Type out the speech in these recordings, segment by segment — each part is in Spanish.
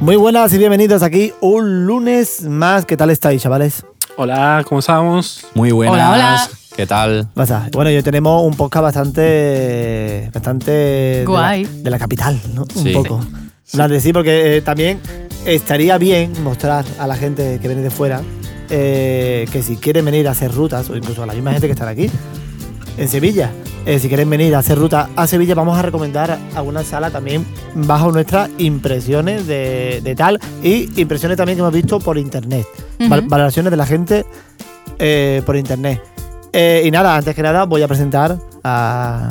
Muy buenas y bienvenidos aquí un lunes más. ¿Qué tal estáis, chavales? Hola, ¿cómo estamos? Muy buenas. Hola, hola. ¿Qué tal? Pasa. Bueno, yo tenemos un podcast bastante. bastante. de la- Guay. De la, capital, ¿no? Sí. Un poco. Hablar de sí, porque eh, también estaría bien mostrar a la gente que viene de fuera eh, que si quieren venir a hacer rutas, o incluso a la misma gente que están aquí, en Sevilla, eh, si quieren venir a hacer rutas a Sevilla, vamos a recomendar alguna sala también bajo nuestras impresiones de, de tal y impresiones también que hemos visto por internet. Val- Ujú. Valoraciones de la gente eh, por internet. Eh, y nada, antes que nada voy a presentar a,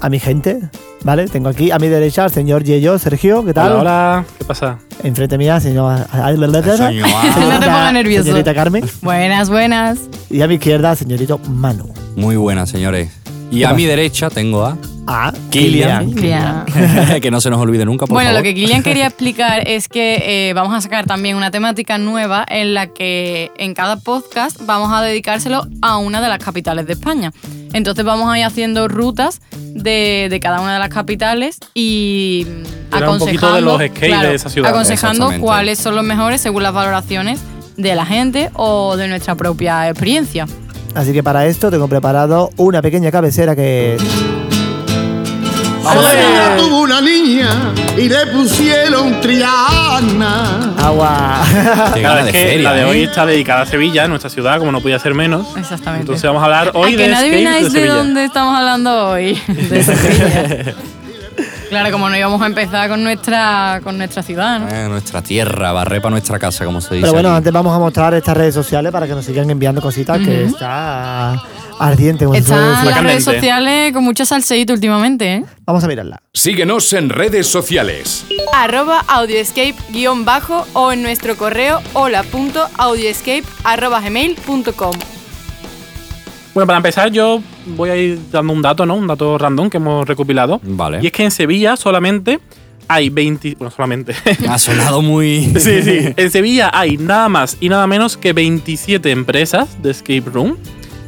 a mi gente, ¿vale? Tengo aquí a mi derecha al señor Yeyo, Sergio, ¿qué tal? Hola, hola. ¿Qué pasa? Enfrente mía, señor... Señor. No te pongas nervioso. Señorita Carmen. Buenas, buenas. Y a mi izquierda, señorito Manu. Muy buenas, señores. Y a mi derecha tengo a Ah, Kilian. Bien. que no se nos olvide nunca, por Bueno, favor. lo que Kilian quería explicar es que eh, vamos a sacar también una temática nueva en la que en cada podcast vamos a dedicárselo a una de las capitales de España. Entonces vamos a ir haciendo rutas de, de cada una de las capitales y mm, Era aconsejando, un poquito de los skates de esa ciudad. ¿eh? aconsejando Exactamente. cuáles son los mejores según las valoraciones de la gente o de nuestra propia experiencia. Así que para esto tengo preparado una pequeña cabecera que. Selena tuvo una niña y le pusieron Triana. Mm. ¡Agua! Qué Claro, gana Ah, es de que feria, la de ¿eh? hoy está dedicada a Sevilla, nuestra ciudad, como no podía ser menos. Exactamente. Entonces vamos a hablar hoy ¿A de que no skates adivináis de, Sevilla. dónde estamos hablando hoy? De Sevilla. claro, como no íbamos a empezar con nuestra, con nuestra ciudad, ¿no? Eh, nuestra tierra, barré para nuestra casa, como se dice. Pero bueno, aquí. antes vamos a mostrar estas redes sociales para que nos sigan enviando cositas que está ardiente. como se suele decir. Están las redes Candente. sociales con mucho salseíto últimamente, ¿eh? Vamos a mirarla. Síguenos en redes sociales. arroba audioescape-bajo o en nuestro correo hola.audioescape.gmail.com Bueno, para empezar, yo voy a ir dando un dato, ¿no? Un dato random que hemos recopilado. Vale. Y es que en Sevilla solamente hay 20. Bueno, solamente. Ha sonado muy. Sí, sí. En Sevilla hay nada más y nada menos que 27 empresas de escape room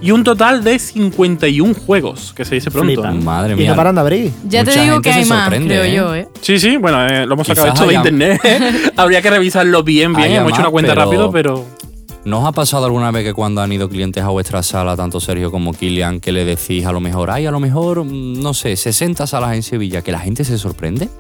y un total de 51 juegos, que se dice pronto. Flipa. Madre Y mía. no paran de abrir. Ya Mucha te digo gente que se hay más, sorprende, creo ¿eh? yo, ¿eh? Sí, sí, bueno, eh, lo hemos sacado Quizás esto de haya- internet. Habría que revisarlo bien, bien. Haya Hemos hecho más, una cuenta pero- rápido, pero. ¿No os ha pasado alguna vez que cuando han ido clientes a vuestra sala, tanto Sergio como Kilian, que le decís a lo mejor, ay, a lo mejor, mm, no sé, 60 salas en Sevilla, que la gente se sorprende?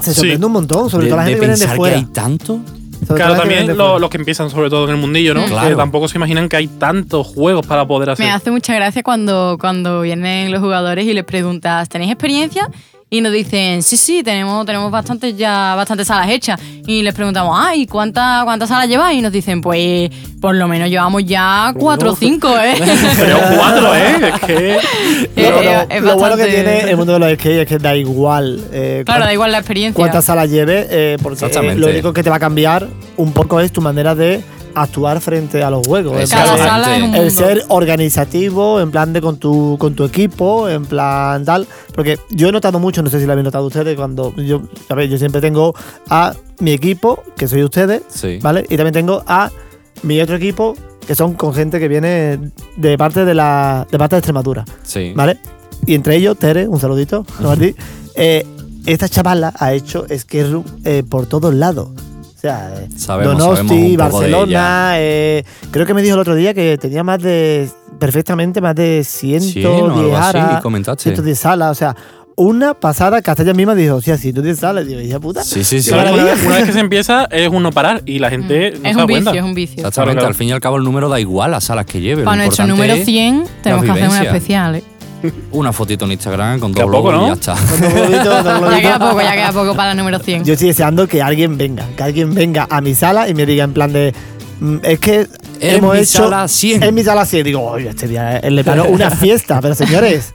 Se sorprende un montón, sobre de, todo la de gente que viene de pensar fuera. que hay tanto. Sobre todo Claro, la gente que viene de también fuera. lo- los que empiezan, sobre todo en el mundillo, ¿no? Claro. Que tampoco se imaginan que hay tantos juegos para poder hacer. Me hace mucha gracia cuando, cuando vienen los jugadores y les preguntas, ¿tenéis experiencia? Y nos dicen, sí, sí, tenemos, tenemos bastantes ya bastantes salas hechas. Y les preguntamos, ay, ¿cuántas cuántas salas lleváis? Y nos dicen, pues por lo menos llevamos ya cuatro o cinco, ¿eh? Pero cuatro, ¿eh? Es que. Eh, Lo- lo- eh, es lo bueno que bastante- tiene el mundo de los skates es que da igual. eh, Claro, cuán- da igual la experiencia. cuántas salas lleves, eh, porque eh, Exactamente. lo único que te va a cambiar un poco es tu manera de actuar frente a los juegos. En Cada plan, Exactamente. sala es un mundo. el ser organizativo, en plan de con tu, con tu equipo, en plan tal. Porque yo he notado mucho, no sé si lo habéis notado ustedes, cuando yo, a ver, yo siempre tengo a mi equipo, que soy ustedes, Sí. ¿vale? Y también tengo a mi otro equipo, que son con gente que viene de parte de la de parte de Extremadura, Sí. ¿vale? Y entre ellos, Tere, un saludito, no a ti. Eh, esta chavala ha hecho skate room, eh, por todos lados. O sea, eh, Sabemos- Donosti, sabemos un poco de Barcelona. eh, creo que me dijo el otro día que tenía más de. perfectamente más de 110 Sí, no, algo así, aras, comentaste. 110 salas. O sea, una pasada que hasta ella misma dijo: Hostia, 110 salas. Digo, hija puta. Sí, sí, sí. Qué una, maravilla. vez, una vez que se empieza, es uno parar y la gente no Mm. es se da un vicio, cuenta. es un vicio. Exactamente, Claro, claro. al fin y al cabo el número da igual a salas que lleve. Para Lo nuestro importante número es 100 tenemos que hacer una vivencia. especial, ¿eh? Una fotito en Instagram con Que a dos poco, logos ¿no? y ya está. Con un globito, con un Ya globito. queda poco, ya queda poco para la número 100. Yo estoy deseando que alguien venga, que alguien venga a mi sala y me diga en plan de. "Mm, Es que En hemos mi hecho. sala 100. En mi sala 100. Digo, oye, este día eh, le paró una fiesta, pero señores.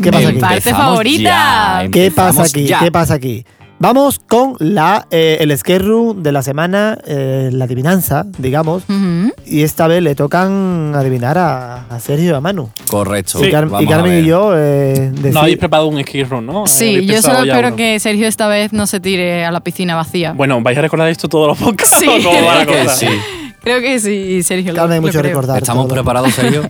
¿Qué pasa Mi aquí? parte Empezamos Pues favorita. ya, ¿Qué empezamos pasa aquí? ya. ¿Qué pasa aquí? Vamos con la, eh, el escape room de la semana, eh, la adivinanza, digamos. Ujú. Y esta vez le tocan adivinar a, a Sergio y a Manu. Correcto. y, Car- y vamos a Carmen ver. y yo eh, decir- No habéis preparado un escape room, ¿no? Sí, Habéis yo pensado solo ya espero uno. que Sergio esta vez no se tire a la piscina vacía. Bueno, vais a recordar esto todos los podcasts. Sí. o cómo va la Que cosa? sí. Creo que sí, Sergio. lo- Carmen, hay lo mucho que creo. recordar. ¿Estamos todo. preparados, Sergio?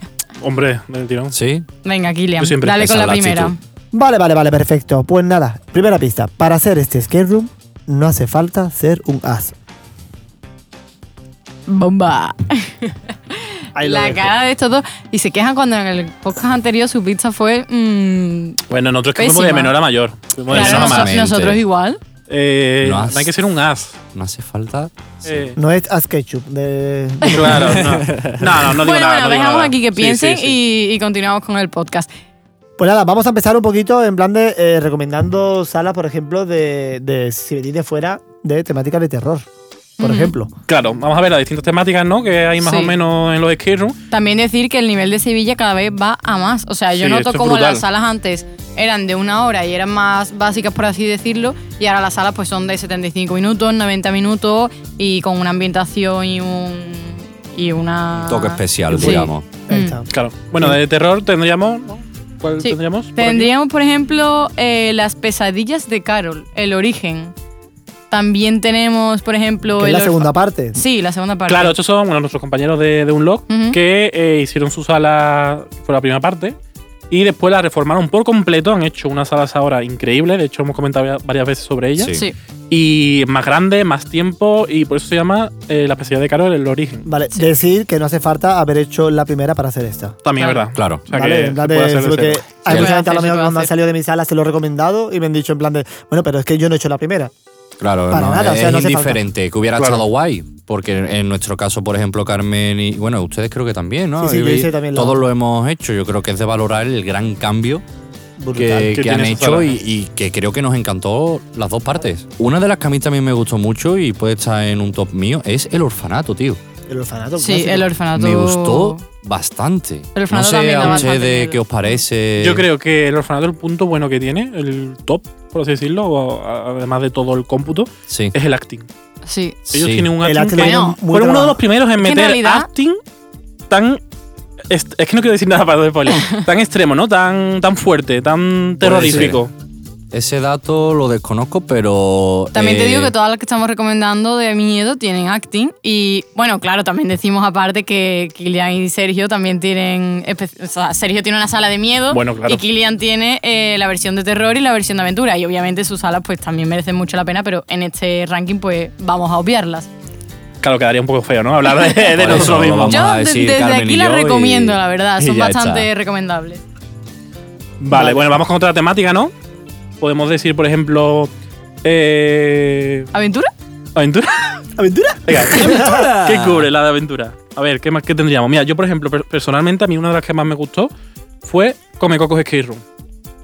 Hombre, del tirón. Sí. Venga, Yo Kilian, siempre- dale esa con es la la actitud. primera. Vale, vale, vale, perfecto. Pues nada, primera pista. Para hacer este escape room no hace falta ser un as. Bomba. Ahí lo La dejo. cara de estos dos. Y se quejan cuando en el podcast anterior su pista fue. mm, Bueno, nosotros que fuimos de Pésima. menor a mayor. Fuimos de menor a claro, noso- mayor. normalmente. nosotros igual. Eh, No has- no hay que ser un as. No hace falta. Eh, No es as ketchup. De... Claro, no. No, no, no digo bueno, nada. bueno, no digo dejamos nada. aquí que Sí, sí, piensen sí. Y, y continuamos con el podcast. Pues nada, vamos a empezar un poquito en plan de eh, recomendando salas, por ejemplo, de, de si venís de fuera, de temática de terror. Por Ujú. ejemplo. Claro, vamos a ver las distintas temáticas, ¿no? Que hay más Sí. o menos en los escape rooms. También decir que el nivel de Sevilla cada vez va a más. O sea, yo Sí, esto noto es como brutal. las salas antes eran de una hora y eran más básicas, por así decirlo, y ahora las salas pues son de 75 minutos, 90 minutos y con una ambientación y un. y una. Un toque especial, Ah. Sí. digamos. Ahí Mm. está. Claro. Bueno, de terror tendríamos. ¿no? ¿Cuál Sí. tendríamos? por aquí? Tendríamos, por ejemplo, eh, las pesadillas de Carol, el origen. También tenemos, por ejemplo. Que es el la orfa- segunda parte. Sí, la segunda parte. Claro, estos son bueno, nuestros compañeros de, de Unlock Ujú. que eh, hicieron su sala, fue la primera parte, y después la reformaron por completo. Han hecho unas salas ahora increíbles, de hecho hemos comentado ya varias veces sobre ellas. Sí. Sí. Y más grande, más tiempo, y por eso se llama eh, La especialidad de Carol, el origen. Vale, decir que no hace falta haber hecho la primera para hacer esta. También es Claro. verdad. Claro. O sea vale, que en se plan puede de- hacer porque desde- hay mucha Se gente a puede lo hacer, se mejor puede cuando han hacer. salido de mi sala se lo he recomendado y me han dicho en plan de, bueno, pero es que yo no he hecho la primera. Claro, Para no, nada, o es sea, no hace indiferente. Que hubiera Claro. estado guay. Porque en nuestro caso, por ejemplo, Carmen y. Bueno, ustedes creo que también, ¿no? Sí, sí, yo Y hice también la- Todos lo hemos hecho. Yo creo que es de valorar el gran cambio Brutal. que, Que que han tiene esa hecho sala. y, y que creo que nos encantó las dos partes. Una de las que a mí también me gustó mucho y puede estar en un top mío es el orfanato, tío. El orfanato. Sí, clásico. el orfanato. Me gustó bastante. El no orfanato sé también da a bastante ustedes miedo. qué os parece. Yo creo que el orfanato, el punto bueno que tiene, el top, por así decirlo, o a- además de todo el cómputo, Sí. es el acting. Sí. Ellos Sí. tienen un El acting acting que lo tienen Bueno, muy fueron uno de los trabajado. primeros en que en meter realidad- acting tan. Es, es que no quiero decir nada para no spoiler. tan extremo, ¿no? Tan, tan fuerte, tan terrorífico. Ese dato lo desconozco, pero. También te eh, digo que todas las que estamos recomendando de miedo tienen acting. Y bueno, claro, también decimos aparte que Kilian y Sergio también tienen. espe- O sea, Sergio tiene una sala de miedo. Bueno, claro. Y Kilian tiene eh, la versión de terror y la versión de aventura. Y obviamente sus salas pues también merecen mucho la pena, pero en este ranking pues vamos a obviarlas. Claro, quedaría un poco feo, ¿no? Hablar de, de Por eso nosotros mismos. vamos Yo a de- decir desde Carmen aquí y las yo y- recomiendo, la verdad. y Son ya bastante está. recomendables. Vale, bueno, vamos con otra temática, ¿no? Podemos decir, por ejemplo. Eh, ¿Aventura? ¿Aventura? ¿Aventura? Venga, ¿qué aventura? ¿Qué cubre la de aventura? A ver, ¿qué más que tendríamos? Mira, yo, por ejemplo, per- personalmente, a mí una de las que más me gustó fue Come Cocos Skate Room.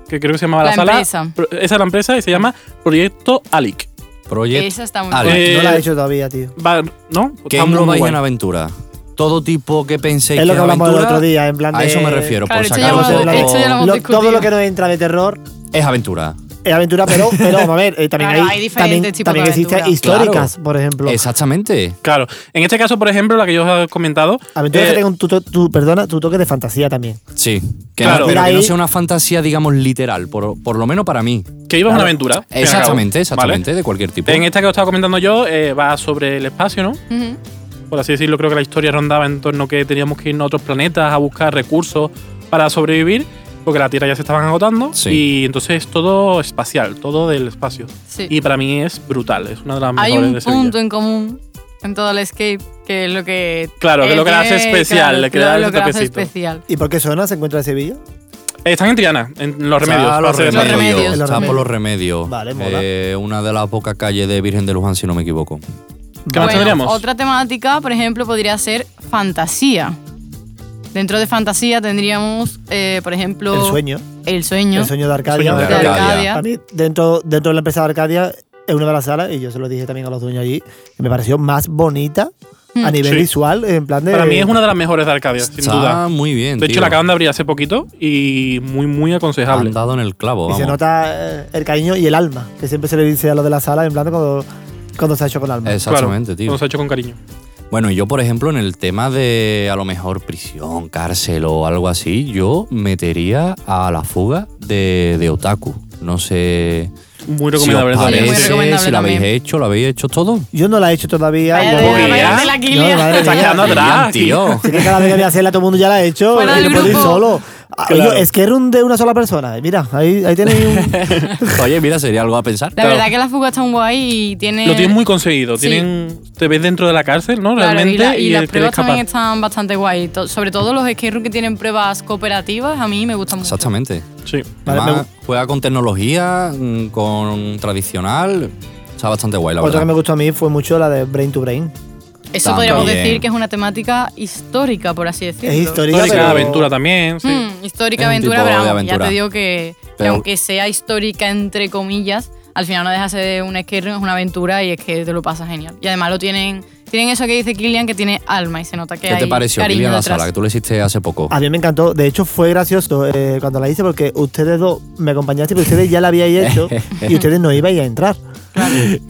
Que creo que se llamaba la, La sala. empresa. Pro- Esa es la empresa y se llama Proyecto Alic. Project Esa está muy Ale. buena. Eh, Ah, no la he hecho todavía, tío. Va- ¿No? ¿Qué Está muy englobáis guay. en aventura? Todo tipo que penséis Es lo que que hablamos el aventura, otro día, en plan A de- eso me refiero, Claro, por esto sacar ya un lo- poco- esto ya lo hemos Lo- discutido. todo lo que nos entra de terror Es aventura. es aventura, pero, pero vamos a ver, eh, también, Claro, hay, hay diferentes también, tipos de también existen aventuras. históricas, Claro. por ejemplo. Exactamente. Claro. En este caso, por ejemplo, la que yo os he comentado. Aventuras eh, que tengan tu, to- tu- perdona, tu toque de fantasía también. Sí. Que Claro. no, pero que Ahí- no sea una fantasía, digamos, literal, por, por lo menos para mí. que iba a una aventura. al fin y al cabo, Exactamente, ¿vale? exactamente, de cualquier tipo. En esta que os estaba comentando yo, eh, va sobre el espacio, ¿no? Ujú. Por así decirlo, creo que la historia rondaba en torno que teníamos que irnos a otros planetas a buscar recursos para sobrevivir, porque la Tierra ya se estaban agotando. Sí. Y entonces es todo espacial, todo del espacio. Sí. Y para mí es brutal, es una de las Hay mejores un de Sevilla. punto en común en todo el escape que es lo que Claro, que eh, lo que la hace tiene, especial, le crea lo, ese que la hace toquecito. especial. ¿Y por qué zona se encuentra en Sevilla? Eh, Están en Triana, en los Está remedios. a para los ser exacto. remedios, Remedios, está remedios. por los remedios. Vale, mola. Eh, una de las pocas calles de Virgen de Luján, si no me equivoco. ¿Qué más Bueno, tendríamos? Otra temática, por ejemplo, podría ser fantasía. Dentro de fantasía tendríamos, eh, por ejemplo, El sueño. El sueño. El sueño de Arcadia. sueño de porque Arcadia. para mí, dentro, dentro de la empresa de Arcadia es una de las salas, y yo se lo dije también a los dueños allí, que me pareció más bonita Mm. a nivel Sí. visual, en plan de. Para mí es una de las mejores de Arcadia, sin Está duda. muy bien, De hecho, tío. la acaban de abrir hace poquito y muy, muy aconsejable. Han dado en el clavo, Y vamos. se nota eh, el cariño y el alma, que siempre se le dice a lo de la sala, en plan de cuando, cuando se ha hecho con alma. Exactamente, claro, tío. Nos ha hecho con cariño. Bueno, y yo, por ejemplo, en el tema de a lo mejor prisión, cárcel o algo así, yo metería a la fuga de, de Otaku. No sé. Muy si recomendable. os también. muy parece, recomendable si lo habéis también. hecho, lo habéis hecho todo. Yo no la he hecho todavía. Vaya y la de- voy a- vaya de la No, Kilia. madre Está mía. quedando atrás, tío. Sí que cada vez que voy a hacerla, todo el mundo ya la ha hecho. Fuera y del no puedo ir grupo. solo. Ah, oye, Claro. es que era un de una sola persona. eh, Mira, ahí, ahí tenéis un. Oye, mira, sería algo a pensar. La verdad que la fuga está un guay y tiene. Lo tienes muy conseguido. Sí. Tienen, te ves dentro de la cárcel, ¿no? Claro, Realmente. y, la- y el las querer pruebas también escapar. están bastante guay. To- sobre todo los escape room que tienen pruebas cooperativas, a mí me gustan mucho. Exactamente. Sí. Vale, Además, me juega con tecnología, mm, con tradicional. Está bastante guay, la Otra que me verdad. gustó a mí fue mucho la de Brain to Brain. Eso También. podríamos decir que es una temática histórica, por así decirlo. Es histórica. Histórica, pero- aventura también, sí. Mm, histórica Es un aventura, tipo pero de vamos, ya aventura. te digo que, que Pero- aunque sea histórica entre comillas, al final no deja de ser un escape room, es una aventura y es que te lo pasas genial. Y además lo tienen, tienen eso que dice Kilian que tiene alma y se nota que ¿Qué hay te pareció, cariño Kilian, la detrás. sala que tú le hiciste hace poco? A mí me encantó. De hecho, fue gracioso eh, cuando la hice porque ustedes dos me acompañaste, pero ustedes ya la habíais hecho y ustedes no ibais a entrar.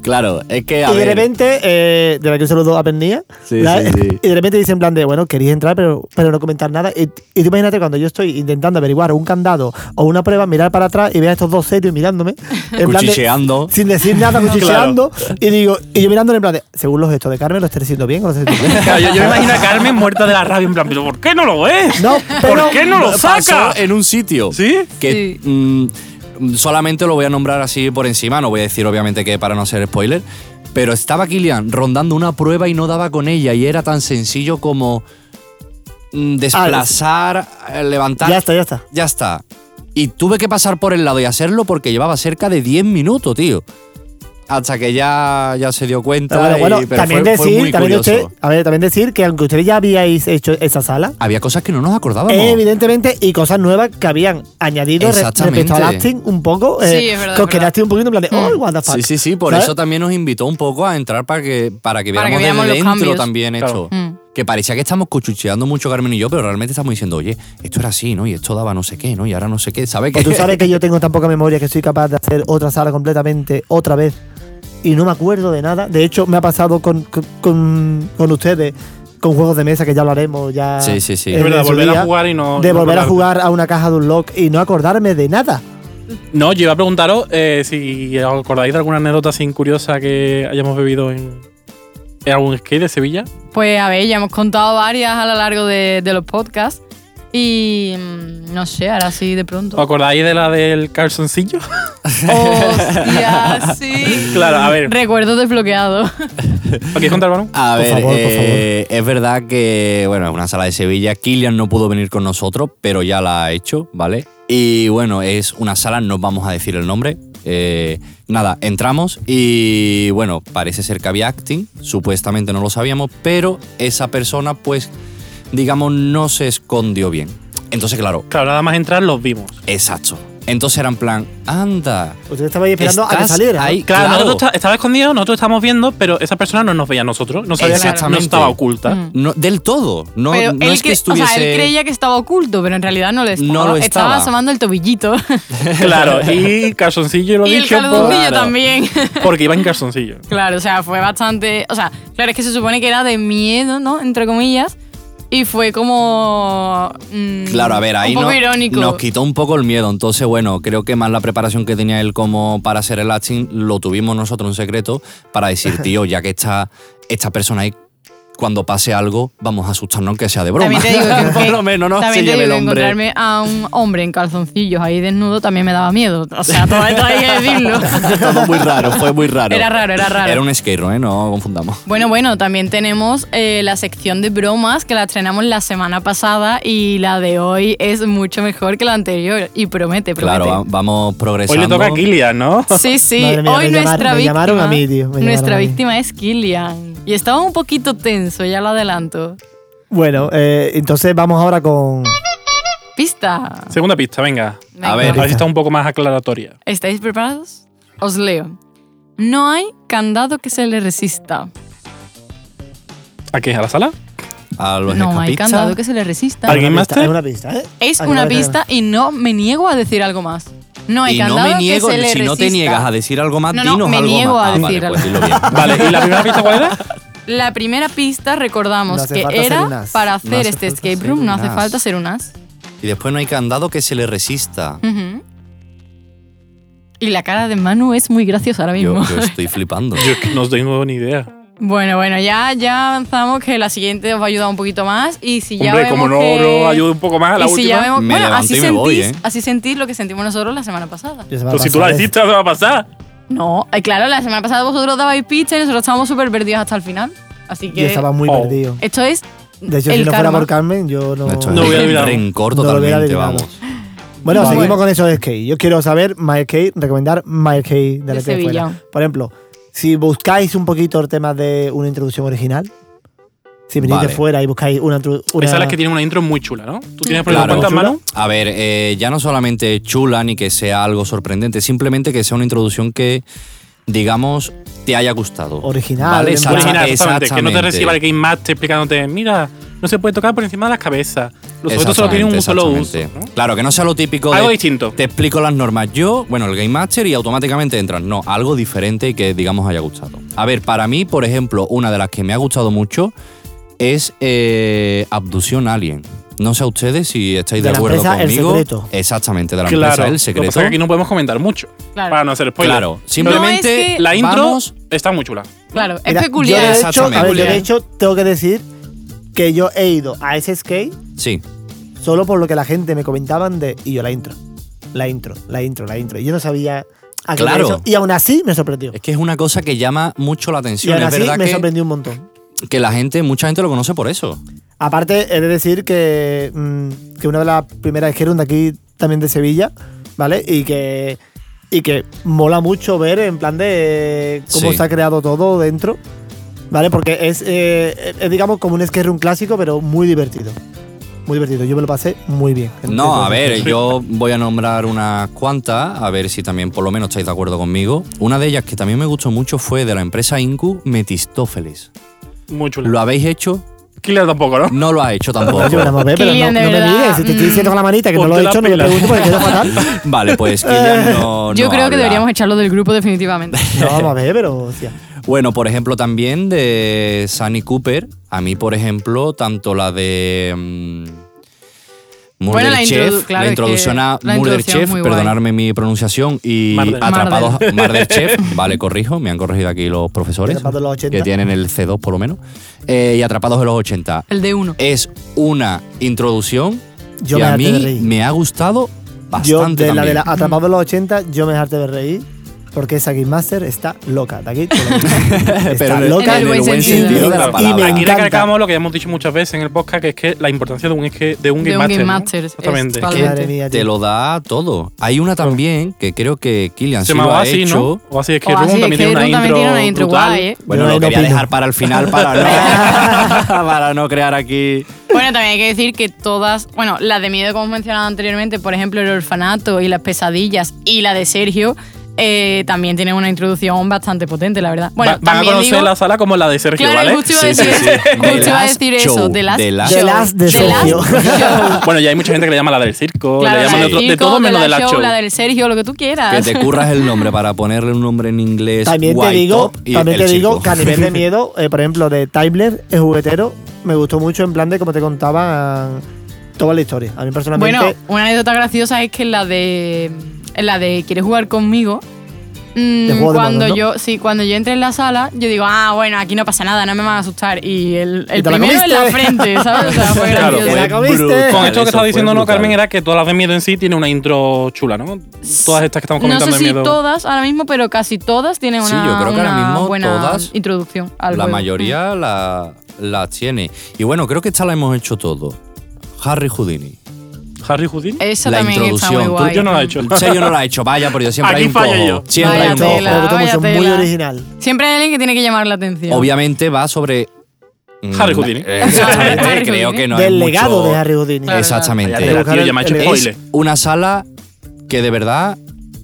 Claro, es que a y de ver, repente, eh, de la que un saludo a Pernilla, Sí, la- sí, sí. y de repente dice en plan de, bueno, queréis entrar, pero, pero no comentar nada. Y, y tú imagínate cuando yo estoy intentando averiguar un candado o una prueba, mirar para atrás y ver a estos dos serios mirándome. En plan de- Cuchicheando. sin decir nada, cuchicheando. Y digo, y yo mirándole en plan de, según los gestos de Carmen, lo estoy haciendo bien. o lo estoy haciendo bien?". Claro, yo, yo me imagino a Carmen muerta de la rabia, en plan, pero ¿por qué no lo ves? No, pero- ¿Por qué no lo saca? pasó en un sitio. ¿Sí? que mm, solamente lo voy a nombrar así por encima, no voy a decir obviamente que para no ser spoiler, pero estaba Kilian rondando una prueba y no daba con ella y era tan sencillo como mm, desplazar, eh, levantar. Ya está, ya está. Ya está. Y tuve que pasar por el lado y hacerlo porque llevaba cerca de 10 minutos, tío. Hasta que ya, ya se dio cuenta. Pero bueno, bueno, y- pero también fue- fue decir, muy también curioso. usted- a ver, también decir que aunque ustedes ya habíais hecho esa sala, Había cosas que no nos acordábamos. Eh, Evidentemente, y cosas nuevas que habían añadido re- Exactamente. respecto a Lasting un poco. eh, Sí, es verdad, que os es verdad. Mm. quedasteis un poquito en plan de, oh, what the fuck. Sí, sí, sí, por ¿Sabes? eso también nos invitó un poco a entrar para que, para que Para viéramos, que viéramos desde los dentro cambios. también Claro. esto. Mm. Que parecía que estamos cuchucheando mucho Carmen y yo, pero realmente estamos diciendo, oye, esto era así, ¿no? Y esto daba no sé qué, ¿no? Y ahora no sé qué, ¿sabes qué? Pues tú sabes que yo tengo tan poca memoria que soy capaz de hacer otra sala completamente otra vez y no me acuerdo de nada. De hecho, me ha pasado con, con- con- con ustedes, con juegos de mesa que ya lo haremos ya. Sí, sí, sí. en- Es verdad, en su volver a día, jugar y no- De no volver a acordarte. jugar a una caja de un lock y no acordarme de nada. No, yo iba a preguntaros eh, si os acordáis de alguna anécdota así curiosa que hayamos bebido en, en algún skate de Sevilla. Pues a ver, ya hemos contado varias a lo largo de, de los podcasts y mm, no sé, ahora sí de ¿Os pronto. acordáis de la del calzoncillo? Hostia, sí. Claro, a ver. Recuerdo desbloqueado. ¿Aquí contar, Manu? A Por ver, favor, por eh, es verdad que, bueno, es una sala de Sevilla. Kilian no pudo venir con nosotros, pero ya la ha hecho, ¿vale? Y bueno, es una sala, no vamos a decir el nombre. Eh, nada, entramos y bueno, parece ser que había acting, supuestamente no lo sabíamos, pero esa persona, pues, digamos, no se escondió bien. Entonces, claro, Claro, nada más entrar los vimos. exacto. Entonces era en plan, anda. Mm. Ustedes estaban esperando a que estás saliera. ¿no? ahí, Claro, claro. nosotros está- estaba escondido, nosotros estábamos viendo, pero esa persona no nos veía a nosotros. No sabía que no Exactamente. estaba oculta. Mm. No, del todo. No, pero no él es que cre- estuviese. o sea, él creía que estaba oculto, pero en realidad no lo estaba. No lo estaba estaba. asomando el tobillito. Claro, y calzoncillo lo he y el dicho pues, calzoncillo por- también. porque iba en calzoncillo. Claro, o sea, fue bastante. O sea, claro, es que se supone que era de miedo, ¿no? Entre comillas. Y fue como. mm, Claro, a ver, ahí Un poco no- irónico. nos quitó un poco el miedo. Entonces, bueno, creo que más la preparación que tenía él como para hacer el acting lo tuvimos nosotros en secreto para decir, tío, ya que está esta persona ahí, cuando pase algo, vamos a asustarnos aunque sea de broma. También te digo que, Por lo menos, ¿no? También Se te lleve digo el que hombre. encontrarme a un hombre en calzoncillos ahí desnudo también me daba miedo. O sea, todo esto hay que decirlo. Todo muy raro, fue muy raro. Era raro, era raro. Era un skate, room, ¿eh? No confundamos. Bueno, bueno, también tenemos eh, la sección de bromas que la estrenamos la semana pasada y la de hoy es mucho mejor que la anterior y promete, promete. Claro, va- vamos Hoy progresando. le toca a Kilian, ¿no? Sí, sí. Madre mía, Hoy me llamaron- nuestra me víctima. llamaron a mí, tío, me llamaron nuestra a mí. víctima es Killian. Y estaba un poquito tenso, ya lo adelanto. Bueno, eh, entonces vamos ahora con. Pista. Segunda pista, venga. Venga. A A ver. ver si está un poco más aclaratoria. ¿Estáis preparados? Os leo. No hay candado que se le resista. ¿A qué? ¿A la sala? A los No hay escapistas. candado que se le resista. ¿Alguien Una más pista, te- Es una pista, ¿eh? Es Hay que una darle- pista y no me niego a decir algo más. No hay Y no candado me niego, que se le si no te resista. niegas a decir algo más, No, no, dinos me algo niego más. a Ah, vale, decir pues algo. dilo bien. Vale, ¿y la primera pista cuál era? La primera pista recordamos No hace que falta ser un era as. para No hacer hace este falta escape ser room, un no hace as. falta ser un as. Y después no hay candado que se le resista. Ujú. Y la cara de Manu es muy graciosa ahora Yo, mismo. yo estoy flipando. Yo es que no tengo ni idea. bueno, bueno, ya, ya avanzamos que la siguiente os va a ayudar un poquito más. Y si ya Hombre, vemos como no, que- no ayude un poco más a la y si ya última. vemos- me bueno, levanto así y me voy, sentís, ¿eh? así sentís lo que sentimos nosotros la semana pasada. Ya se me ha Pero si tú la pasado, ¿eh? decís, te va a pasar. No, eh, claro, la semana pasada vosotros dabais pizza y nosotros estábamos súper perdidos hasta el final. Así Yo que estaba muy Oh. perdido. esto es De hecho, el si no fuera karma. por Carmen, yo no. De hecho, No es voy a un adivinar. rencor No lo hubiera totalmente, adivinado. vamos. Bueno, Vale. seguimos con eso de skate. Yo quiero saber My Skate, recomendar My Skate de De la tele Sevilla. fuera. Por ejemplo, si buscáis un poquito el tema de una introducción original, si venís de Vale. fuera y buscáis una. intro- una Esa es la que tiene una intro muy chula, ¿no? ¿Tú tienes por Claro. cuántas manos? A ver, eh, ya no solamente chula ni que sea algo sorprendente, simplemente que sea una introducción que, digamos, te haya gustado. Original, Vale, en exacta- plan- Original, exactamente. Que no te exactamente. reciba el Game Master explicándote, mira, no se puede tocar por encima de las cabezas. Los objetos solo tienen un solo uso. Exactamente, ¿no? exactamente. Claro, que no sea lo típico Algo de, distinto. Te explico las normas yo, bueno, el Game Master y automáticamente entras. No, algo diferente y que digamos haya gustado. A ver, para mí, por ejemplo, una de las que me ha gustado mucho es eh, Abducción Alien. No sé a ustedes si estáis de, De la acuerdo empresa El conmigo. Secreto. Exactamente, de la Claro. empresa El Lo que Secreto. pasa es que aquí no podemos comentar mucho. Claro. Para no hacer spoiler. Claro, simplemente No, es que- La intro vamos- está muy chula. Claro, es Mira, peculiar. Yo de, hecho, a ver, yo Peculiar. de hecho tengo que decir que yo he ido a ese skate Sí. solo por lo que la gente me comentaban de. Y yo la intro. La intro, la intro, la intro. Y yo no sabía a qué era Claro. eso, Y aún así me sorprendió. Es que es una cosa que llama mucho la Y atención. aún es así verdad me que, sorprendió un montón. que la gente, mucha gente lo conoce por eso. Aparte, he de decir que, mm, que una de las primeras que de aquí, también de Sevilla, ¿vale? Y que, y que mola mucho ver en plan de eh, cómo Sí. se ha creado todo dentro, ¿vale? Porque es, eh, es, digamos, como un skate room clásico, pero muy divertido. Muy divertido, yo me lo pasé muy bien. No, a ver, Sí. yo voy a nombrar unas cuantas, a ver si también por lo menos estáis de acuerdo conmigo. Una de ellas que también me gustó mucho fue de la empresa Incu, Metistófeles. Muy chula. ¿Lo habéis hecho? Killer tampoco, ¿no? No lo ha hecho Oye, pero tampoco. vamos a ver, pero no, Kilian, de no me verdad, mires, si te estoy mm. diciendo con la manita que no lo he Ponte hecho, no las me pilas. preguntes porque quedo fatal. vale, pues que ya no. Yo no creo que habla. deberíamos echarlo del grupo definitivamente. No, vamos a ver, pero hostia. Bueno, por ejemplo, también de Sunny Cooper. A mí, por ejemplo, tanto la de. mm, Murder Bueno, la Chef, introdu- claro, la es introducción que a la Murder introducción es Chef, muy guay. perdonarme mi pronunciación, y Marder. Atrapados Marder Chef, vale, corrijo, me han corregido aquí los profesores Atrapados en los 80. que tienen el C2 por lo menos, eh, y Atrapados en los 80. El de uno. Es una introducción Yo que me a harté de mí reír. me ha gustado bastante. Yo, de la de también. la Atrapado en los 80, yo me harté de reír. Porque esa Game Master está loca. De aquí, te lo digo. está Pero en loca el buen y, sentido de la y palabra. me Aquí encanta. recalcamos lo que ya hemos dicho muchas veces en el podcast, que es que la importancia de un, es que- de un De Game un Master. Game ¿no? Master, es- Exactamente. vale. Madre mía, te tío. lo da todo. Hay una también que creo que Killian Se sí lo llamaba ha así, hecho. ¿no? O así es que O así, Room también es tiene que una Room intro. también tiene una intro brutal. guay, ¿eh? Bueno, Yo lo no quería opino. dejar para el final para no, para no crear aquí. Bueno, también hay que decir que todas, bueno, la de miedo como hemos mencionado anteriormente, por ejemplo, el orfanato y las pesadillas y la de Sergio, eh, también tienen una introducción bastante potente, la verdad. Bueno, Va- van a también conocer digo- la sala como la de Sergio, Claro, ¿vale? justo iba a Sí, sí, decir, sí. justo The iba a Last decir eso, Show, de las The Last- The Last de Sergio. Bueno, ya hay mucha gente que le llama la del circo, Claro, le llaman de, la del to- de circo, todo menos la de la show. la del Sergio, lo que tú Que quieras. te curras el nombre para ponerle un nombre en inglés. También te guay, digo, top, y también el te digo chico. que a nivel de miedo, eh, por ejemplo, de Tyler, el juguetero, me gustó mucho en plan de como te contaban toda la historia. A mí personalmente. Bueno, una anécdota graciosa es que en la de en la de ¿Quieres jugar conmigo? mm, De juego de cuando manos, ¿no? yo sí, cuando yo entré en la sala, yo digo, ah, bueno, aquí no pasa nada, no me van a asustar. Y el, el Y te la primero en la comiste. frente, ¿sabes? O sea, fue Claro, gracioso. fue- comiste. brutal, Con esto eso que estaba fue diciendo no, brutal. Carmen, era que todas las de miedo en sí tienen una intro chula, ¿no? Todas estas que estamos no comentando sé de si miedo. todas ahora mismo, pero casi todas tienen Sí, una, yo creo que ahora una mismo buena todas, introducción al La juego. mayoría la, la tiene. Y bueno, creo que esta la hemos hecho todo. Harry Houdini. Harry Houdini. Eso la también está introducción. muy Tú- Eh, guay. yo no la he Mm, hecho. Usted yo no la he hecho, vaya, pero yo siempre Aquí hay un fallo cojo. yo. Siempre hay Vaya un cojo. tela. me gustó mucho, vaya muy tela. original. Siempre hay alguien que tiene que llamar la atención. Obviamente va sobre. mm, Harry eh, Houdini. Exactamente, Harry creo Houdini. que no hay Del legado mucho- de Harry Houdini. Claro. Ya Exactamente. te la tiro, ya me ha hecho Es- spoiler. Una sala que de verdad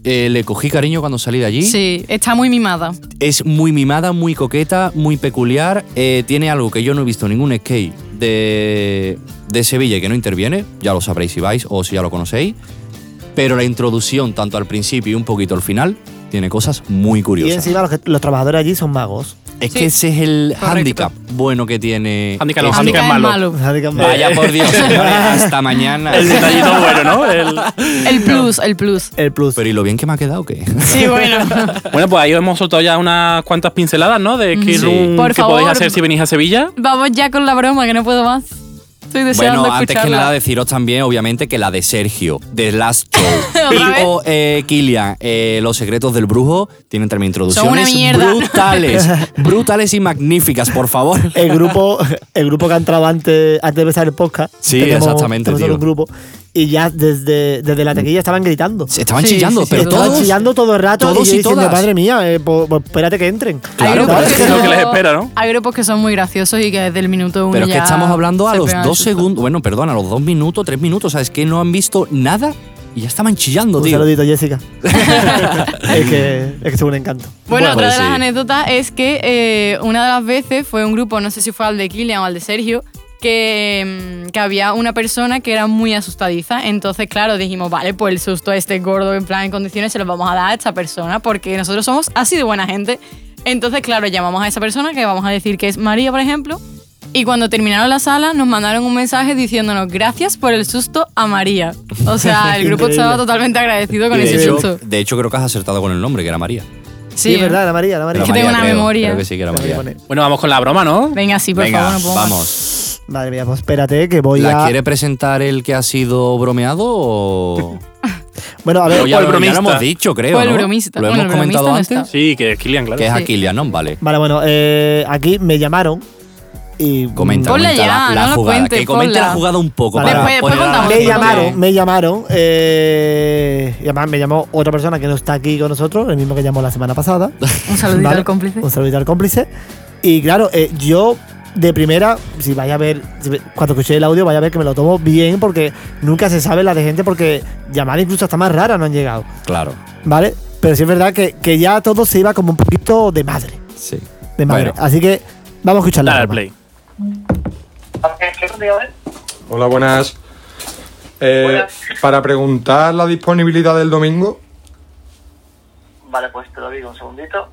eh, le cogí cariño cuando salí de allí. Sí, está muy mimada. Es muy mimada, muy coqueta, muy peculiar. eh, tiene algo que yo no he visto en ningún skate de, de Sevilla y que no interviene. Ya lo sabréis si vais o si ya lo conocéis. Pero la introducción, tanto al principio y un poquito al final, tiene cosas muy Y curiosas. encima los, que- los trabajadores allí son magos. Es Sí. que ese es el Correcto. hándicap bueno que tiene. Handicap, no, este- handicap es malo. Vaya eh, pues. por Dios, señores, hasta mañana. El detallito bueno, ¿no? El- El plus, el plus. El plus. Pero ¿y lo bien que me ha quedado que Sí, bueno. Bueno, pues ahí os hemos soltado ya unas cuantas pinceladas, ¿no? De skate Sí. room Por que favor. podéis hacer si venís a Sevilla. Vamos ya con la broma, que no puedo más. Estoy deseando Bueno, antes que escucharla. nada deciros también, obviamente, que la de Sergio, de Last Show, ¿Otra y vez? o eh, Kilian, eh, Los Secretos del Brujo, tienen también introducciones Son una mierda. brutales, brutales y magníficas, por favor. el grupo, el grupo que ha entrado antes, antes de empezar el podcast. Sí, tenemos- exactamente, tenemos tío. un grupo. Y ya desde, desde la taquilla estaban gritando. Se estaban Sí, chillando, sí, sí, pero estaban Estaban todos... chillando todo el rato. y todos yo y diciendo, todas. madre mía, eh, po- po- espérate que entren. Claro, hay grupos claro, que es lo que son- les espera, ¿no? Hay grupos que son muy graciosos y que desde el minuto uno Pero es que ya estamos hablando a se los pegan dos el susto. segundos, bueno, perdón, a los dos minutos, tres minutos, ¿sabes? Que no han visto nada y ya estaban chillando, Un tío. saludito, Jessica. es que es que es un encanto. Bueno, Bueno, pues otra de sí. las anécdotas es que eh, una de las veces fue un grupo, no sé si fue al de Kilian o al de Sergio, que, mm, que había una persona que era muy asustadiza. Entonces, claro, dijimos, vale, pues el susto a este gordo en plan en condiciones se lo vamos a dar a esta persona porque nosotros somos así de buena gente. Entonces, claro, llamamos a esa persona que vamos a decir que es María, por ejemplo. Y cuando terminaron la sala, nos mandaron un mensaje diciéndonos gracias por el susto a María. O sea, el grupo Increíble. estaba totalmente agradecido con Y de, ese hecho, susto. de hecho, creo que has acertado con el nombre, que era María. Sí, es ¿no? verdad, la María, la María. Era ¿eh? que tengo María, una creo, memoria. Creo que sí, que era Ahí María. pone. Bueno, vamos con la broma, ¿no? Venga, sí, por Venga, favor, no puedo más. vamos. Madre mía, pues espérate que voy ¿La a. quiere presentar el que ha sido bromeado o.? Bueno, a ver, Pero ya, o el lo, ya lo bromista. hemos dicho, creo. O el ¿no? bromista. Lo Bueno, hemos el bromista comentado no antes. está. Sí, que es Kilian, claro. Que es Sí. a Kilian, ¿no? Vale. Vale, bueno, eh, aquí me llamaron y. Comenta, Ponla comenta ya, la, la no lo jugada. cuentes, que comente ponla. la jugada un poco. Vale, para después- después poner- contamos. Me Vale. llamaron, me llamaron. Eh, y además me llamó otra persona que no está aquí con nosotros, el mismo que llamó la semana pasada. Un saludito ¿vale? al cómplice. Un saludito al cómplice. Y claro, eh, yo de primera, si vaya a ver, si ve- cuando escuché el audio, vaya a ver que me lo tomo bien porque nunca se sabe la de gente porque llamar incluso hasta más rara no han llegado, Claro. ¿vale? Pero sí es verdad que, que ya todo se iba como un poquito de madre, Sí. de madre. Bueno. Así que vamos a escuchar la Dale al broma. play. Hola, buenas. Eh, Para preguntar la disponibilidad del domingo. Vale, pues te lo digo un segundito.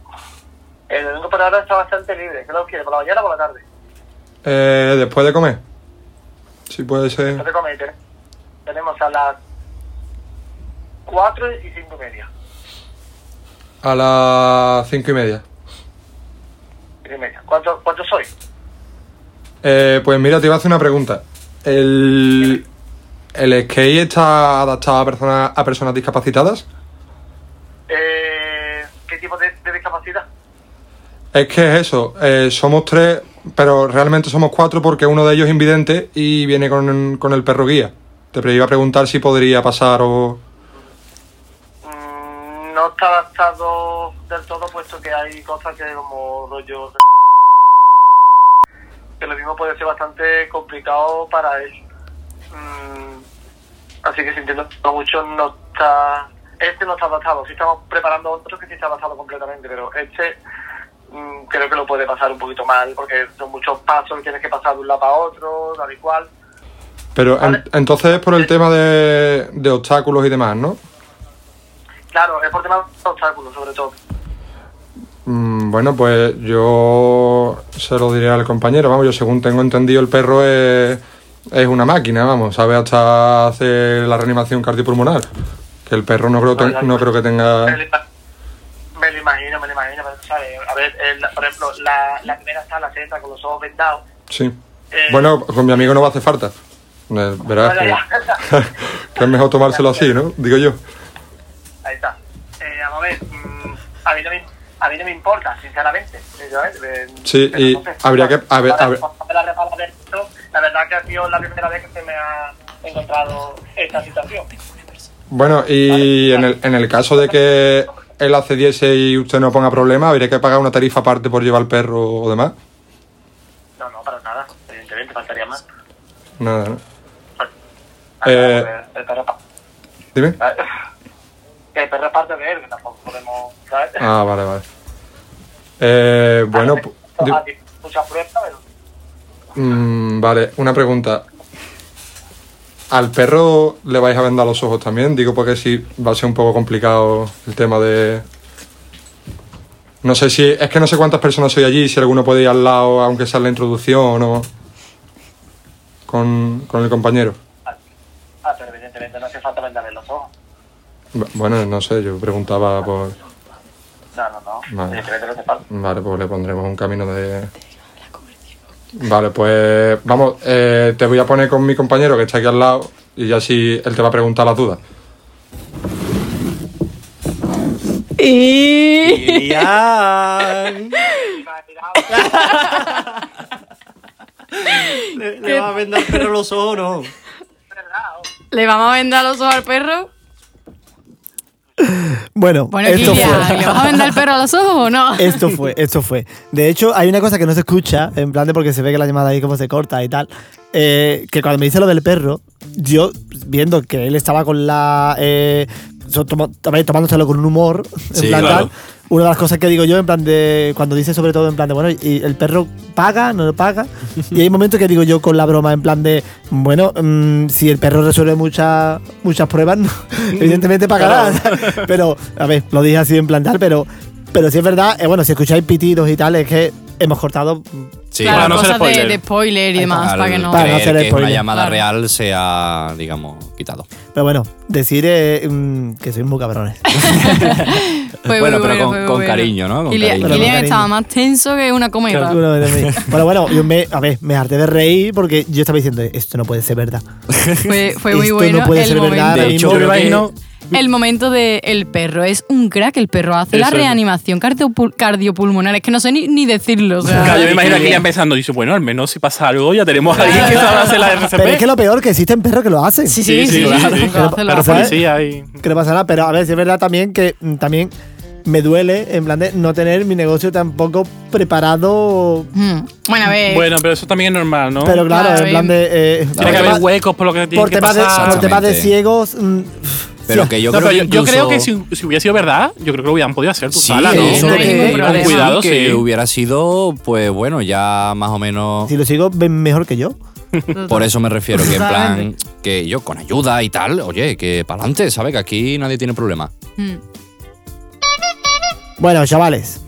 El domingo por ahora está bastante libre. ¿Qué lo quieres? ¿Por la mañana o por la tarde? Eh, después de comer. Si puede ser. No te comete. Tenemos a las 4 y 5 y media. A las cinco y media. Cinco y media. ¿Cuánto, cuánto soy? Eh, pues mira, te iba a hacer una pregunta. El. ¿El skate está adaptado a personas, a personas discapacitadas? Eh, ¿Qué tipo de, de discapacidad? Es que es eso. eh, somos tres, pero realmente somos cuatro porque uno de ellos es invidente y viene con, con el perro guía. Te pre- iba a preguntar si podría pasar o. Mm, no está adaptado del todo, puesto que hay cosas que como rollo... Que lo mismo puede ser bastante complicado para él. Mm, así que sintiendo mucho, no está... Este no está adaptado. Sí estamos preparando otro que sí está adaptado completamente, pero este mm, creo que lo puede pasar un poquito mal, porque son muchos pasos que tienes que pasar de un lado para otro, tal y cual. Pero en- Vale. entonces es por el tema de, de obstáculos y demás, ¿no? Claro, es por temas de obstáculos, sobre todo. Mm, bueno, pues yo se lo diré al compañero, vamos, yo según tengo entendido el perro es, es una máquina, vamos, sabe hasta hacer la reanimación cardiopulmonar. Que el perro no creo, ten- no creo que Me lo tenga... ima- Me lo imagino, me lo imagino, pero, ¿sabes? A ver, el- por ejemplo, la, la primera está la Z con los ojos vendados. Sí. Eh, Bueno, con mi amigo no va a hacer falta. Eh, Verás Vale, que, ya. que es mejor tomárselo así, ¿no? Digo yo. Ahí está. Eh, vamos a ver, mm, a, mí no me, a mí no me importa, sinceramente. sinceramente, eh, Sí, pero y no sé. habría que- a ver, Ahora, a ver. cuando me La, repaso de esto, la verdad que ha sido la primera vez que se me ha encontrado esta situación. Bueno, y en el, en el caso de que él accediese y usted no ponga problema, habría que pagar una tarifa aparte por llevar al perro o demás. No, no, para nada, evidentemente, faltaría más. Nada, ¿no? Faltaría Eh, más, eh, el perro pa- Dime. Ah, que el perro es parte de él, que tampoco podemos, ¿sabes? Ah, vale, vale. Eh, bueno, pu- di- Ah, muchas pruebas, pero mm, vale, una pregunta. ¿Al perro le vais a vendar los ojos también? Digo porque sí va a ser un poco complicado el tema de... No sé si... Es que no sé cuántas personas soy allí, si alguno puede ir al lado, aunque sea en la introducción o... Con, con el compañero. Ah, pero evidentemente no hace falta venderle los ojos. Bu- Bueno, no sé, yo preguntaba por... No, no, no. Vale. Evidentemente no hace falta. Vale, pues le pondremos un camino de... Vale, pues vamos, eh, te voy a poner con mi compañero que está aquí al lado y ya si él te va a preguntar las dudas. Y... le, le va a vender pero los ojos, no. ¿Le vamos a vender los ojos al perro? Bueno, Bueno, esto Kilian, fue. ¿le vas a vender al perro a los ojos o no? Esto fue, esto fue. De hecho, hay una cosa que no se escucha, en plan de porque se ve que la llamada ahí como se corta y tal. eh, que cuando me dice lo del perro, yo viendo que él estaba con la. Eh, so- tomo- también tomándoselo con un humor, en Sí, plan claro. tal. Una de las cosas que digo yo, en plan de. Cuando dice sobre todo, en plan de, bueno, y el perro paga, no lo paga. y hay momentos que digo yo con la broma, en plan de, bueno, mm, si el perro resuelve muchas muchas pruebas, no, evidentemente pagará. pero, a ver, lo dije así en plan tal, pero, pero si es verdad, eh, bueno, si escucháis pitidos y tal, es que hemos cortado. mm, Sí, claro, para no ser cosas de, spoiler. de spoiler y demás, al para que no. Para creer hacer que es una spoiler. llamada Claro. real se ha, digamos, quitado. Pero bueno, decir eh, mm, que sois muy cabrones. Fue Bueno, muy pero con- fue muy con cariño, ¿no? Con Kilian, cariño. Kilian Pero con estaba cariño. más tenso que una cometa. Claro. Uno de mí. bueno, bueno, yo me, a ver, me harté de reír porque yo estaba diciendo, esto no puede ser verdad. Fue, fue muy Esto no bueno puede el ser momento. verdad, ahora De mismo hecho, Yo me creo que- imagino. El momento de el perro es un crack, el perro hace la Eso es. reanimación cardiopul- cardiopulmonar, es que no sé ni, ni decirlo. o sea. Claro, yo me imagino a Kilian pensando, dice, bueno, al menos si pasa algo, ya tenemos a alguien que sabrá hacer la RCP. Pero es que lo peor que existen perros que lo hacen. Sí, sí, sí, sí, sí, claro. sí, lo hace, lo Claro, hace. ¿sabes? policía y. Que no pasa nada, pero a ver, si es verdad también que mm, también me duele en plan de no tener mi negocio tampoco preparado. Mm. Bueno, a ver. Bueno, pero eso también es normal, ¿no? Pero claro, Claro, en plan bien. de. eh, por Tiene que tema- haber huecos por lo que tiene por que temas de, pasar. por temas de Exactamente. ciegos. mm, Pero que yo No, creo pero que yo, yo creo que incluso- si, si hubiera sido verdad, yo creo que lo hubieran podido hacer tu Sí, sala, ¿no? eso No que- hay ningún con problema. cuidado, que sí. hubiera sido, pues bueno, ya más o menos. si los ciegos ven mejor que yo. Por eso me refiero, que en plan, Exactamente. que yo con ayuda y tal, oye, que para adelante, ¿sabes? Que aquí nadie tiene problema. Mm. Bueno, chavales.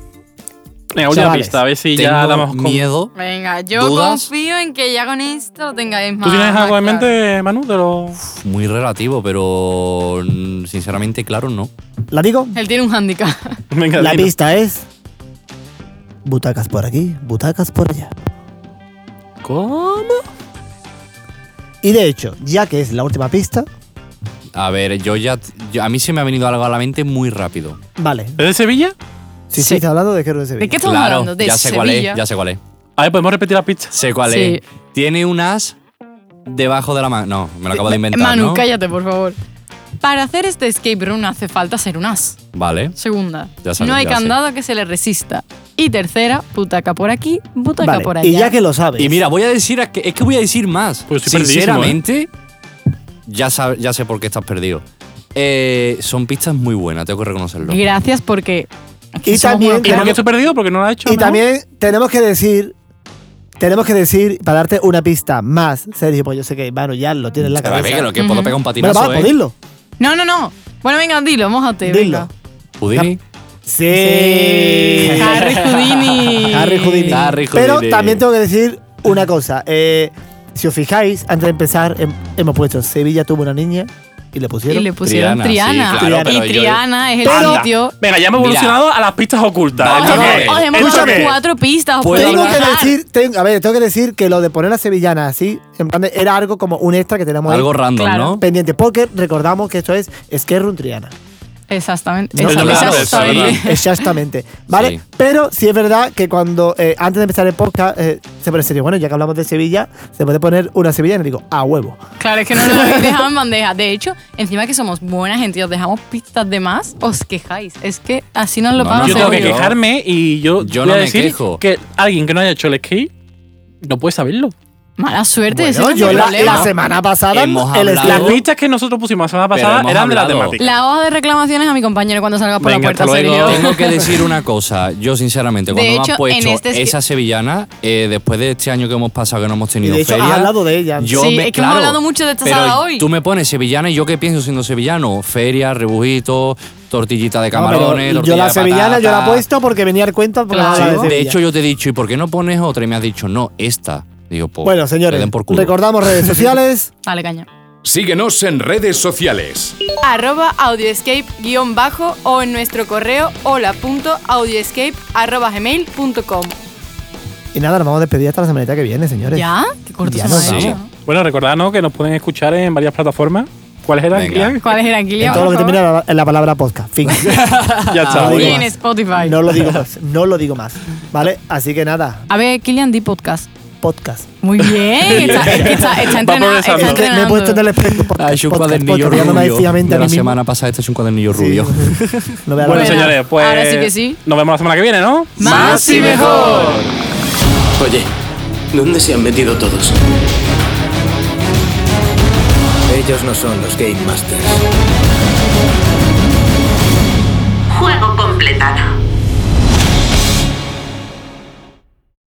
Venga, última Chavales, pista, a ver si Tengo ya hablamos con. miedo. Venga, yo ¿Dudas? confío en que ya con esto lo tengáis más. ¿Tú tienes más algo en Ah, claro. mente, Manu? De los... Muy relativo, pero mm, sinceramente, claro, no. ¿La digo? Él tiene un hándicap. Venga, La dinos. pista es. Butacas por aquí, butacas por allá. ¿Cómo? Y de hecho, ya que es la última pista, A ver, yo ya. yo- a mí se me ha venido algo a la mente muy rápido. vale. ¿Es de Sevilla? Si Sí. estáis hablando de que de Sevilla. ¿De qué estamos Claro, hablando? De ya sé cuál es, Sevilla. ya sé cuál es. A ver, ¿podemos repetir la pista? Sé cuál Sí. es. Tiene un as debajo de la mano. No, me lo acabo de inventar. Manu, ¿no? cállate, por favor. Para hacer este escape room no hace falta ser un as. Vale. Segunda, Ya sabes, no hay ya candado que se le resista. Y tercera, butaca por aquí, butaca Vale, por allá. Y ya que lo sabes. Y mira, voy a decir. a que- Es que voy a decir más. Pues estoy Sinceramente, ¿eh? ya, sab- ya sé por qué estás perdido. Eh, son pistas muy buenas, tengo que reconocerlo. Gracias porque... es que Y somos también- unos ¿Y por cracks. qué estoy perdido? Porque no lo ha hecho. y ¿no? también tenemos que decir. Tenemos que decir, para darte una pista más, Sergio, pues yo sé que Manu ya lo tiene en la Pero a ver, cabeza. que lo que puedo pegar un Bueno, patinazo. vamos a eh. pedirlo. No, no, no. Bueno, venga, dilo, mójate, Dilo. venga. Houdini. Sí. Harry Houdini. Harry Houdini. Harry Pero Houdini. también tengo que decir una cosa. eh, si os fijáis, antes de empezar, hem- hemos puesto Sevilla tuvo una niña y le Y pusieron. le pusieron Triana, Triana. sí, claro, pero y yo- Triana es el Anda. sitio... Venga, ya hemos Mira. evolucionado a las pistas ocultas. Os ¿Esto no, qué hemos- es? os hemos ¿Esto dado qué es? cuatro pistas. os Puedo podéis Tengo que bajar. decir, ten- a ver, tengo que decir que lo de poner las sevillanas así, en plan de- era algo como un extra que teníamos ahí Algo random, Claro. ¿no? pendiente. Porque recordamos que esto es Esquerrun Triana. Exactamente. No, Exactamente. claro, Exactamente. Exactamente. ¿Vale? Sí. Pero sí es verdad que cuando, eh, antes de empezar el podcast, eh, se pone serio. Bueno, ya que hablamos de Sevilla, se puede poner una sevillana. Y digo, a huevo. Claro, es que no nos habéis dejado en bandeja. De hecho, encima que somos buena gente y os dejamos pistas de más, os quejáis. Es que así nos lo No, pagan no, Yo tengo que seguro. Yo- quejarme y yo, yo voy no a me decir quejo. que alguien que no haya hecho el skate no puede saberlo. Mala suerte, Bueno, eso no yo es mi la, problema. la semana pasada Hemos el hablado- Las Claro. Slack listas que nosotros pusimos la semana Pero pasada hemos eran de la hablado. temática. La hoja de reclamaciones a mi compañero cuando salga por Venga, la puerta, hasta luego. Sergio. Tengo que decir una cosa, yo sinceramente, De cuando me hecho, has puesto en este es que- esa sevillana, eh, después de este año que hemos pasado, que no hemos tenido Y de hecho, feria, has hablado de ella. yo Sí, me- es que hemos claro, hablado mucho de esta pero sala hoy. Tú me pones sevillana y yo qué pienso siendo sevillano, feria, rebujitos, tortillita de No, pero camarones, yo tortilla la de sevillana yo la he patata. puesto porque venía al cuento porque Claro. hablaba de Sí, De Sevilla. hecho, yo te he dicho, ¿y por qué no pones otra? Y me has dicho, no, esta. Digo, pues, bueno, que señores, den por culo. recordamos redes sociales. Dale, caña. Síguenos en redes sociales. Arroba audioescape guión bajo o en nuestro correo hola.audioescape arroba gmail punto com. Y nada, nos vamos a despedir hasta la semanita que viene, señores. ¿Ya? Qué corto Ah, Ya se me nos ha hecho. vamos. Bueno, recordadnos que nos pueden escuchar en varias plataformas. ¿Cuáles eran? Venga. Kilian? ¿Cuál es el alquiler? En todo lo que por termina favor? la- en la palabra podcast. Fin. Ya está. Lo Y digo en más. Spotify. No lo digo más. No lo digo más. ¿Vale? Así que nada, A ver, Kilian, di podcast. podcast. Muy bien. Está, es que está, está entrenando. Está progresando. Es que me he puesto en el espejo. entrenando. Ah, Podcast, es un podcast, cuadernillo podcast, ya no me rubio. decía De mente a la mí mismo. semana pasada este es un cuadernillo Sí. rubio. No voy a Bueno, hablar. señores, pues. ahora sí que sí. Nos vemos la semana que viene, ¿no? Más y mejor. Oye, ¿dónde se han metido todos? Ellos no son los Game Masters. Juego completado.